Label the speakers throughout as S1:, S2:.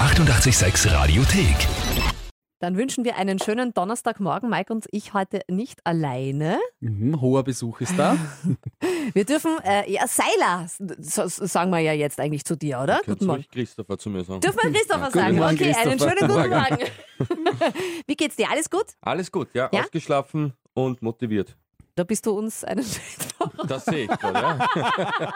S1: 886 Radiothek.
S2: Dann wünschen wir einen schönen Donnerstagmorgen, Mike und ich heute nicht alleine.
S3: Mhm, hoher Besuch ist da.
S2: Wir dürfen, äh, ja, Seiler, so, so sagen wir ja jetzt eigentlich zu dir, oder?
S4: Kannst du ruhig Christopher zu mir sagen.
S2: Dürfen wir Christopher
S3: Guten
S2: sagen?
S3: Morgen,
S2: okay, einen
S3: Christopher.
S2: schönen guten Morgen. Wie geht's dir? Alles gut?
S4: Alles gut, ja,
S2: Ja?
S4: Ausgeschlafen und motiviert.
S2: Da bist du uns einen
S4: Das sehe ich gerade, ja.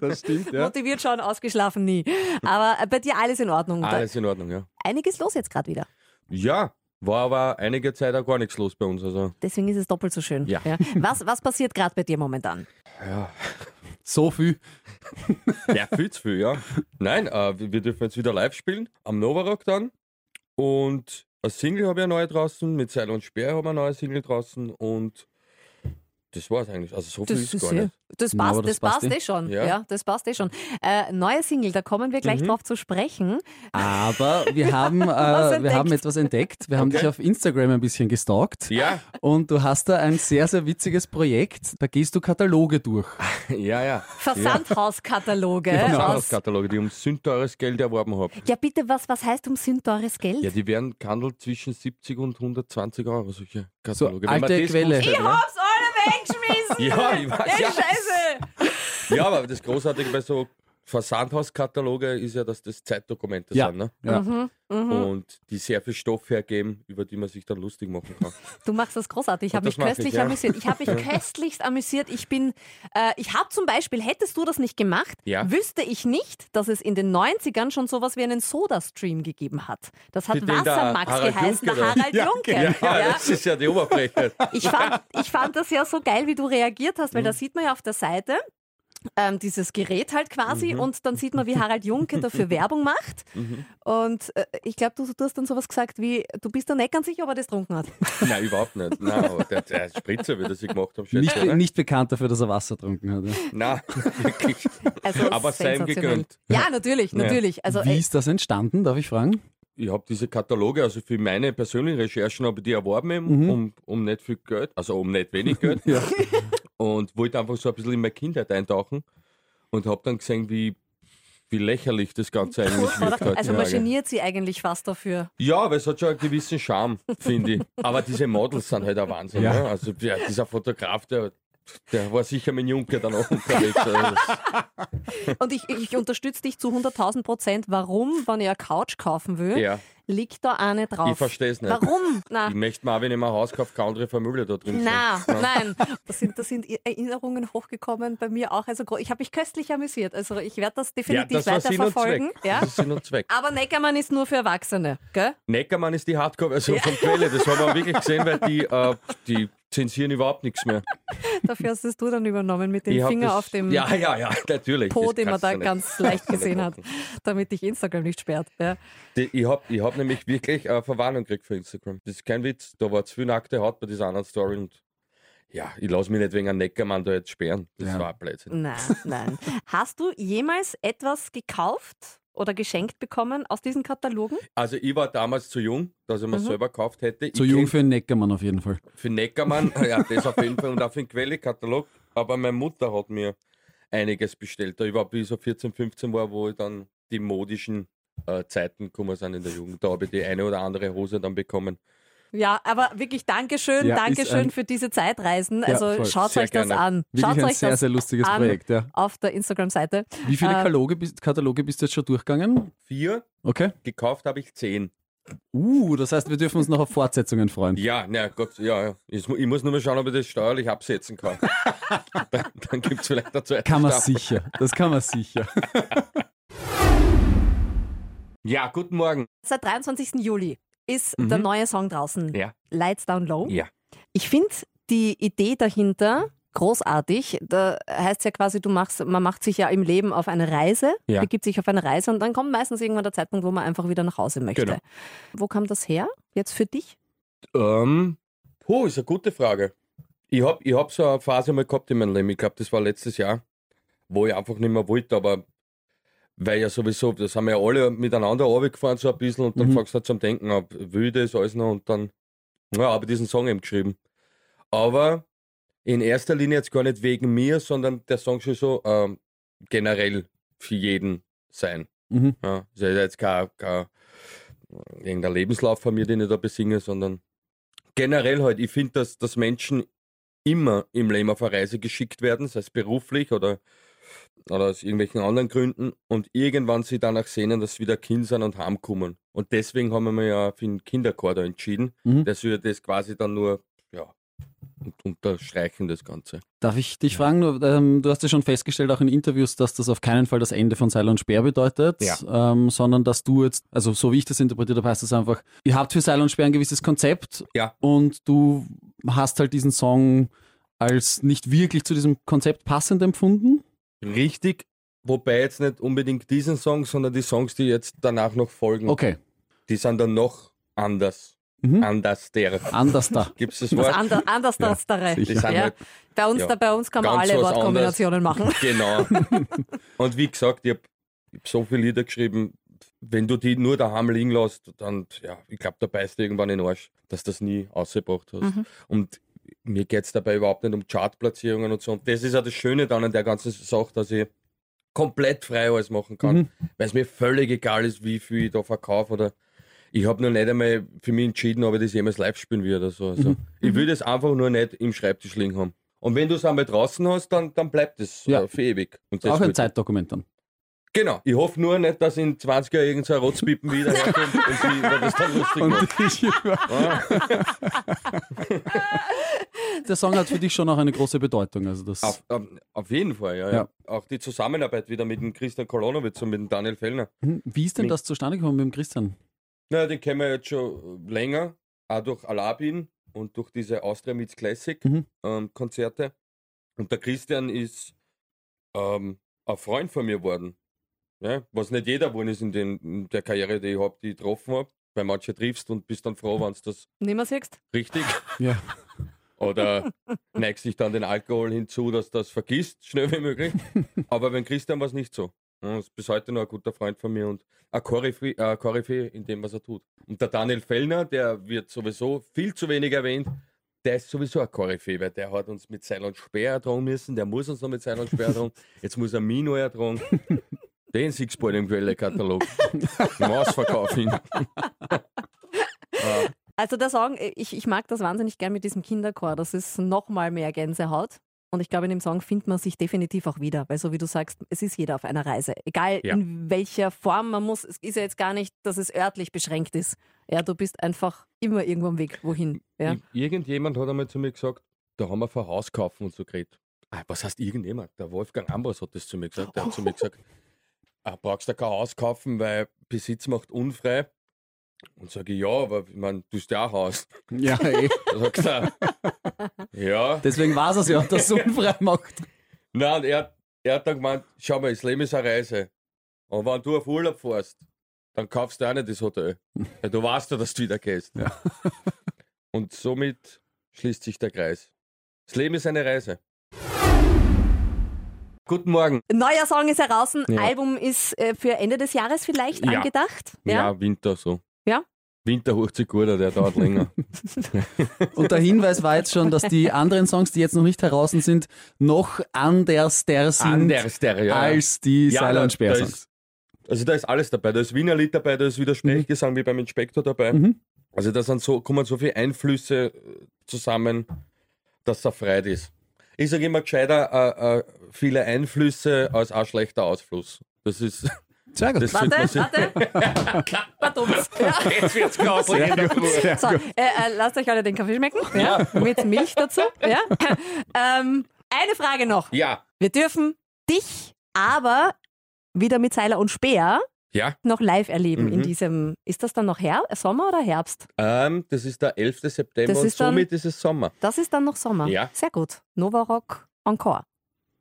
S3: Das stimmt,
S2: motiviert schon, ausgeschlafen nie. Aber äh, bei dir alles in Ordnung. Da-
S4: Alles in Ordnung, ja.
S2: Einiges los jetzt gerade wieder.
S4: Ja, war aber einige Zeit auch gar nichts los bei uns. Also,
S2: Deswegen ist es doppelt so schön.
S4: Ja.
S2: Was, was passiert gerade bei dir momentan?
S4: ja.
S3: So viel.
S4: Ja, viel zu viel, ja. Nein, äh, wir wir dürfen jetzt wieder live spielen, am Novarock dann. Und eine Single habe ich eine neue draußen, mit Seil und Speer habe ich eine neue Single draußen und das war's eigentlich. Also so viel ist, gar
S2: eh-
S4: nicht.
S2: das
S3: Na,
S2: passt,
S3: aber
S2: das
S3: das
S2: passt
S3: passt eh.
S2: eh schon. Ja.
S4: Ja.
S2: das passt eh schon. Äh, neue Single, da kommen wir gleich
S4: Mhm.
S2: drauf zu sprechen.
S3: Aber wir haben, äh,
S2: entdeckt.
S3: wir haben etwas entdeckt. Wir haben
S4: Okay.
S3: dich auf Instagram ein bisschen gestalkt.
S4: Ja,
S3: Und du hast da ein sehr, sehr witziges Projekt. Da gehst du Kataloge durch.
S4: ja, ja.
S2: Versandhauskataloge.
S4: Die
S2: aus,
S4: Versandhauskataloge, die ich um sündteures Geld erworben habe.
S2: ja, bitte, was, was heißt um Sinn teures Geld?
S4: Ja, die werden gehandelt zwischen 70 und 120 Euro, solche Kataloge.
S3: So,
S4: Wenn man
S3: alte
S4: das
S3: Quelle.
S4: wusste,
S2: Ich
S4: ja.
S2: hab's alle weggeschmissen!
S4: Ja, ich weiß,
S2: Ey,
S4: ja.
S2: Scheiße!
S4: ja, aber das Großartige bei so Versandhauskataloge ist ja, dass das Zeitdokumente
S3: Ja.
S4: sind, ne?
S3: Ja.
S2: Mhm, mhm.
S4: Und die sehr viel Stoff hergeben, über die man sich dann lustig machen kann.
S2: Du machst das großartig. Ich
S4: Und
S2: habe mich
S4: das mach
S2: köstlich
S4: ich, ja.
S2: amüsiert. Ich habe mich köstlichst amüsiert. Ich bin, äh, ich habe zum Beispiel, hättest du das nicht gemacht,
S4: Ja.
S2: wüsste ich nicht, dass es in den 90ern schon sowas wie einen Soda-Stream gegeben hat. Das hat
S4: Für den da
S2: Wassermax
S4: Harald
S2: geheißen, der
S4: Juncker, oder?
S2: Harald Juncker.
S4: Ja, genau.
S2: Ja.
S4: das ist ja die Oberfläche.
S2: Ich, fand, ich fand das ja so geil, wie du reagiert hast, weil
S4: Mhm.
S2: da sieht man ja auf der Seite. Ähm, dieses Gerät halt quasi
S4: Mhm.
S2: und dann sieht man, wie Harald Juncker dafür Werbung macht. Und äh, ich glaube, du, du hast dann sowas gesagt wie, du bist da nicht ganz sicher, ob er das getrunken hat.
S4: Nein, überhaupt nicht. Nein, aber der, der Spritzer, wie das ich gemacht habe,
S3: Nicht,
S4: schätze ich, ne?
S3: nicht bekannt dafür, dass er Wasser getrunken hat.
S4: Nein, wirklich.
S2: Also
S4: Aber sei ihm
S2: sensationell.
S4: gegönnt.
S2: Ja, natürlich, natürlich. Also
S3: Wie
S2: ey,
S3: ist das entstanden, darf ich fragen?
S4: Ich habe diese Kataloge, also für meine persönlichen Recherchen habe ich die erworben, eben,
S3: Mhm.
S4: um, um nicht viel Geld, also um nicht wenig Geld.
S3: Ja.
S4: und wollte einfach so ein bisschen in meine Kindheit eintauchen und habe dann gesehen, wie, wie lächerlich das Ganze eigentlich wirkt
S2: also man
S4: heutzutage.
S2: geniert sie eigentlich fast dafür.
S4: Ja, aber es hat schon einen gewissen Charme, finde ich. Aber diese Models sind halt ein Wahnsinn.
S3: Ja.
S4: Ne? Also ja, dieser Fotograf, der, der war sicher mit Juncker dann auch unterwegs. Also, das-
S2: Und ich, ich unterstütze dich zu 100.000 Prozent. Warum, wenn ich eine Couch kaufen will,
S4: ja,
S2: liegt da eine drauf?
S4: ich verstehe es nicht.
S2: Warum? Na,
S4: Ich möchte mal, wenn ich mein Haus kaufe, keine andere Familie da drin
S2: na,
S4: sehen.
S2: nein. Das sind, das sind Erinnerungen hochgekommen bei mir auch. Also gro- ich habe mich köstlich amüsiert. Also ich werde das
S4: Ja,
S2: definitiv
S4: das war Sinn und
S2: weiterverfolgen.
S4: Zweck.
S2: Ja?
S4: Das ist Sinn und Zweck.
S2: Aber Neckermann ist nur für Erwachsene, gell?
S4: Neckermann ist die Hardcore-Version von Quelle. Das haben wir wirklich gesehen, weil die, äh, die zensieren überhaupt nichts mehr.
S2: Dafür hast es du dann übernommen mit
S4: Ich
S2: dem
S4: hab
S2: Finger
S4: das-
S2: auf dem
S4: Ja, ja, ja, natürlich.
S2: Po,
S4: das
S2: den man
S4: kannst du
S2: da
S4: nicht.
S2: ganz leicht
S4: Kannst du nicht
S2: gesehen hat,
S4: machen.
S2: damit dich Instagram nicht sperrt. Ja.
S4: Die, ich habe ich hab nämlich wirklich eine Verwarnung gekriegt für Instagram. Das ist kein Witz. Da war zu viel nackte Haut bei dieser anderen Story und ja, ich lasse mich nicht wegen einem Neckermann da jetzt sperren. Das
S3: Ja.
S4: war ein Blödsinn.
S2: Nein, nein. Hast du jemals etwas gekauft oder geschenkt bekommen aus diesen Katalogen?
S4: Also ich war damals zu jung, dass
S2: Mhm.
S4: ich mir selber gekauft hätte.
S3: Zu
S4: ich
S3: jung
S4: kenn-
S3: für einen Neckermann auf jeden Fall.
S4: für Neckermann, ja, das auf jeden Fall und auch für den Quelle-Katalog. Aber meine Mutter hat mir einiges bestellt. Da ich war bis so 14, 15 war, wo ich dann die modischen äh, Zeiten gekommen sind in der Jugend. Da habe ich die eine oder andere Hose dann bekommen.
S2: Ja, aber wirklich Dankeschön,
S3: Ja, ist
S2: Dankeschön
S3: ein-
S2: für diese Zeitreisen. also
S3: voll.
S2: schaut
S4: Sehr
S2: euch das
S4: gerne.
S2: an. Schaut
S3: Wirklich ein
S2: euch
S3: sehr,
S2: das
S3: sehr lustiges
S2: an.
S3: Projekt. Ja.
S2: auf der Instagram-Seite.
S3: Wie viele
S2: Äh,
S3: Kataloge, bist- Kataloge bist du jetzt schon durchgegangen?
S4: Vier,
S3: Okay.
S4: gekauft habe ich zehn.
S3: Uh, das heißt, wir dürfen uns noch auf Fortsetzungen freuen.
S4: Ja, na Gott, ja, ja. Ich, mu- ich muss nur mal schauen, ob ich das steuerlich absetzen kann. dann dann gibt es vielleicht eine zweite
S3: Kann man
S4: Staffel.
S3: sicher. Das kann man sicher.
S4: Ja, guten Morgen.
S2: Seit 23. Juli ist der
S4: Mhm.
S2: neue Song draußen.
S4: Ja.
S2: Lights Down Low.
S4: Ja.
S2: Ich finde die Idee dahinter großartig. Da heißt es ja quasi, du machst, man macht sich ja im Leben auf eine Reise,
S4: Ja.
S2: begibt sich auf eine Reise und dann kommt meistens irgendwann der Zeitpunkt, wo man einfach wieder nach Hause möchte.
S4: Genau.
S2: Wo kam das her? Jetzt für dich?
S4: Ähm, puh, ist eine gute Frage. Ich habe ich hab so eine Phase mal gehabt in meinem Leben, ich glaube, das war letztes Jahr, wo ich einfach nicht mehr wollte, aber weil ja sowieso, das haben wir ja alle miteinander runtergefahren so ein bisschen und dann
S3: Mhm.
S4: fängst du halt zum Denken ab, will ich das alles noch und dann, ja, habe ich diesen Song eben geschrieben. Aber in erster Linie jetzt gar nicht wegen mir, sondern der Song soll so ähm, generell für jeden sein.
S3: Mhm.
S4: Ja, das ist ja jetzt kein, kein irgendein Lebenslauf von mir, den ich da besinge, sondern generell halt, ich finde, dass, dass Menschen immer im Leben auf eine Reise geschickt werden, sei es beruflich oder, oder aus irgendwelchen anderen Gründen und irgendwann sie danach sehnen, dass sie wieder Kind sind und heimkommen. Und deswegen haben wir ja für den Kinderchor da entschieden,
S3: Mhm.
S4: dass wir das quasi dann nur, ja, und unterstreichen das Ganze.
S3: Darf ich dich fragen, nur, ähm, du hast ja schon festgestellt, auch in Interviews, dass das auf keinen Fall das Ende von Seil und Speer bedeutet,
S4: Ja.
S3: ähm, sondern dass du jetzt, also so wie ich das interpretiert habe, heißt das einfach, ihr habt für Seil und Speer ein gewisses Konzept
S4: Ja.
S3: und du hast halt diesen Song als nicht wirklich zu diesem Konzept passend empfunden.
S4: Richtig, wobei jetzt nicht unbedingt diesen Song, sondern die Songs, die jetzt danach noch folgen.
S3: Okay.
S4: die sind dann noch anders.
S3: Mhm.
S4: Anders der.
S3: Anders da.
S4: Gibt es das
S2: Das
S4: Wort?
S2: ander, anders das
S4: Die
S2: ja.
S4: sind halt
S2: Bei uns,
S4: ja,
S2: da, bei uns kann man
S4: ganz
S2: alle
S4: was
S2: Wortkombinationen machen.
S4: genau. Und wie gesagt, ich habe hab so viele Lieder geschrieben, wenn du die nur daheim liegen lässt, dann, ja, ich glaube, da beißt du irgendwann in den Arsch, dass du das nie ausgebracht hast. Und mir geht es dabei überhaupt nicht um Chartplatzierungen und so. Und das ist ja das Schöne dann an der ganzen Sache, dass ich komplett frei alles machen kann,
S3: Mhm.
S4: weil es mir völlig egal ist, wie viel ich da verkaufe oder ich habe noch nicht einmal für mich entschieden, ob ich das jemals live spielen will oder so.
S3: Mhm.
S4: Also ich will das einfach nur nicht im Schreibtisch liegen haben. Und wenn du es einmal draußen hast, dann, dann bleibt es
S3: Ja.
S4: äh, für ewig. Und das
S3: Auch ein
S4: wollte ich.
S3: Zeitdokument dann.
S4: Genau. Ich hoffe nur nicht, dass in 20 Jahren irgendein so ein Rotzpippen wieder herkommt und sie über das dann lustig macht. Ah.
S3: Der Song hat für dich schon auch eine große Bedeutung. Also das
S4: Auf, auf, auf jeden Fall, ja, ja.
S3: Ja.
S4: Auch die Zusammenarbeit wieder mit dem Christian Kolonowitz und mit dem Daniel Fellner.
S3: Mhm. Wie ist denn das zustande gekommen mit dem Christian?
S4: Naja, den kennen wir jetzt schon länger, auch durch Alabin und durch diese Austria Meets Classic
S3: Mhm.
S4: ähm, Konzerte. Und der Christian ist ähm, ein Freund von mir geworden. Ja, was nicht jeder geworden ist in, den, in der Karriere, die ich habe, die ich getroffen habe. Bei manchen triffst und bist dann froh, wenn du das
S2: Nimmer siehst.
S4: richtig
S3: Ja.
S4: oder neigst dich dann den Alkohol hinzu, dass du das vergisst, schnell wie möglich. Aber wenn Christian war es nicht so. Er ist bis heute noch ein guter Freund von mir und ein Koryphäe ein Koryphäe in dem, was er tut. Und der Daniel Fellner, der wird sowieso viel zu wenig erwähnt, der ist sowieso ein Koryphäe, weil der hat uns mit Seil und Speer ertragen müssen, der muss uns noch mit Seil und Speer ertragen, jetzt muss er Mino ertragen. Den siehst du bald im Quelle-Katalog. Im Ausverkauf hin. Ah,
S2: Also der Song, ich, ich mag das wahnsinnig gern mit diesem Kinderchor. Das ist nochmal mehr Gänsehaut. Und ich glaube, in dem Song findet man sich definitiv auch wieder, weil so wie du sagst, es ist jeder auf einer Reise. Egal
S4: Ja.
S2: in welcher Form man muss, es ist ja jetzt gar nicht, dass es örtlich beschränkt ist. Ja, du bist einfach immer irgendwo am Weg, wohin. Ja.
S4: Ir- Irgendjemand hat einmal zu mir gesagt, da haben wir vor Haus kaufen und so geredet. Ah, was heißt irgendjemand? Der Wolfgang Ambros hat das zu mir gesagt. Der hat zu mir gesagt, ah, brauchst du kein Haus kaufen, weil Besitz macht unfrei. Und sage ich, ja, aber ich meine, du hast ja auch ein Haus.
S3: Ja, ey.
S4: Da sagt er, ja.
S3: Deswegen war es ja, dass es unfrei macht.
S4: Nein, er, hat- er hat dann gemeint, schau mal, das Leben ist eine Reise. Und wenn du auf Urlaub fährst, dann kaufst du auch nicht das Hotel. Weil du weißt ja, dass du wieder gehst.
S3: Ja.
S4: Und somit schließt sich der Kreis. Das Leben ist eine Reise. Guten Morgen.
S2: Neuer Song ist heraus, ein
S4: Ja.
S2: Album ist äh, für Ende des Jahres vielleicht
S4: Ja.
S2: angedacht.
S4: Winter so.
S2: Ja?
S4: Winter hoch guter, der dauert länger.
S3: Und der Hinweis war jetzt schon, dass die anderen Songs, die jetzt noch nicht heraus sind, noch anders der sind
S4: Anders der, ja.
S3: als die
S4: Ja,
S3: Seil-
S4: da-
S3: und
S4: da
S3: Speer-Songs.
S4: ist- Also da ist alles dabei. Da ist Wienerlied dabei, da ist wieder Sprechgesang wie beim Inspektor dabei.
S3: Mhm.
S4: Also da sind so, kommen so viele Einflüsse äh, zusammen, dass er freit ist. Ich sage immer gescheiter, äh, äh, viele Einflüsse als ein schlechter Ausfluss. Das ist.
S3: Sehr gut.
S4: Das sind wir
S2: Warte,
S4: sich-
S2: warte. Verdammt. Ja.
S4: Jetzt wird's grausam.
S3: Sehr gut, sehr
S2: So, äh, äh, lasst euch alle den Kaffee schmecken. Ja. Mit Milch dazu. Ja. Ähm, eine Frage noch.
S4: Ja,
S2: Wir dürfen dich aber wieder mit Seiler und Speer
S4: ja.
S2: noch live erleben
S4: Mhm.
S2: in diesem. Ist das dann noch Her Sommer oder Herbst?
S4: Ähm, das ist der 11. September
S2: Das
S4: und
S2: ist dann-
S4: somit ist es Sommer.
S2: Das ist dann noch Sommer.
S4: Ja.
S2: Sehr gut. Novarock Encore.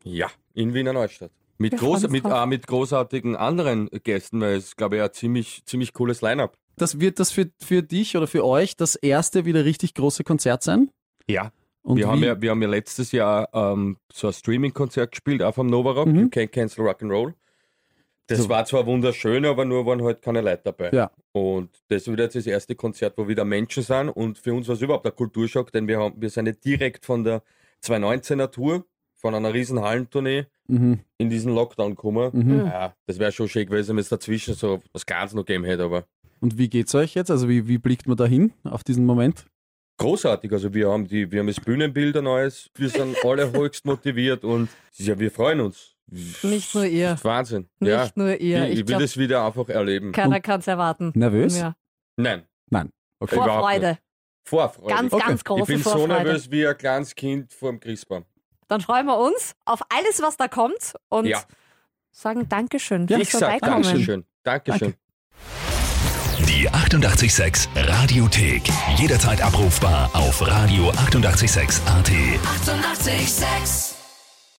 S4: Ja, in Wiener Neustadt. Mit,
S2: Wir
S4: groß,
S2: freuen uns
S4: mit,
S2: drauf.
S4: äh, mit großartigen anderen Gästen, weil es, glaube ich, ein ziemlich, ziemlich cooles Line-Up.
S3: Das wird das für, für dich oder für euch das erste wieder richtig große Konzert sein?
S4: Ja.
S3: Und
S4: wir, haben
S3: wie-
S4: ja, wir haben ja letztes Jahr ähm, so ein Streaming-Konzert gespielt, auch vom Nova Rock,
S3: Mhm.
S4: You Can't Cancel Rock'n'Roll. Das
S3: So.
S4: war zwar wunderschön, aber nur waren halt keine Leute dabei.
S3: Ja.
S4: Und das wird jetzt das erste Konzert, wo wieder Menschen sind. Und für uns war es überhaupt ein Kulturschock, denn wir, haben, wir sind ja direkt von der 2019er Tour von einer riesen Hallentournee
S3: Mhm.
S4: in diesen Lockdown gekommen.
S3: Mhm.
S4: Ja, das wäre schon schön gewesen, wenn es dazwischen so was ganz noch gegeben hätte, aber
S3: Und wie geht's euch jetzt? Also wie, wie blickt man da hin auf diesen Moment?
S4: großartig. Also wir haben die, wir haben das Bühnenbild ein neues, wir sind alle höchst motiviert und ja, wir freuen uns.
S2: Nicht nur ihr.
S4: Wahnsinn.
S2: Nicht
S4: ja.
S2: nur ihr.
S4: ich,
S2: Ich,
S4: ich will
S2: glaube,
S4: das wieder einfach erleben.
S2: keiner kann es erwarten.
S3: Nervös?
S2: Ja.
S4: Nein.
S3: Nein. Okay.
S2: Vor
S4: Äh, Überhaupt
S2: Freude.
S4: Vorfreude.
S2: Ganz,
S3: Okay.
S2: ganz große
S4: ich bin so
S2: Vorfreude.
S4: nervös wie ein kleines Kind vor dem Christbaum.
S2: Dann freuen wir uns auf alles, was da kommt und
S4: Ja.
S2: sagen Dankeschön
S3: Ja,
S2: fürs
S4: Ich sag
S2: Vorbeikommen.
S4: Dankeschön. Dankeschön.
S1: Die 886 Radiothek. Jederzeit abrufbar auf radio886.at. 886!
S5: 886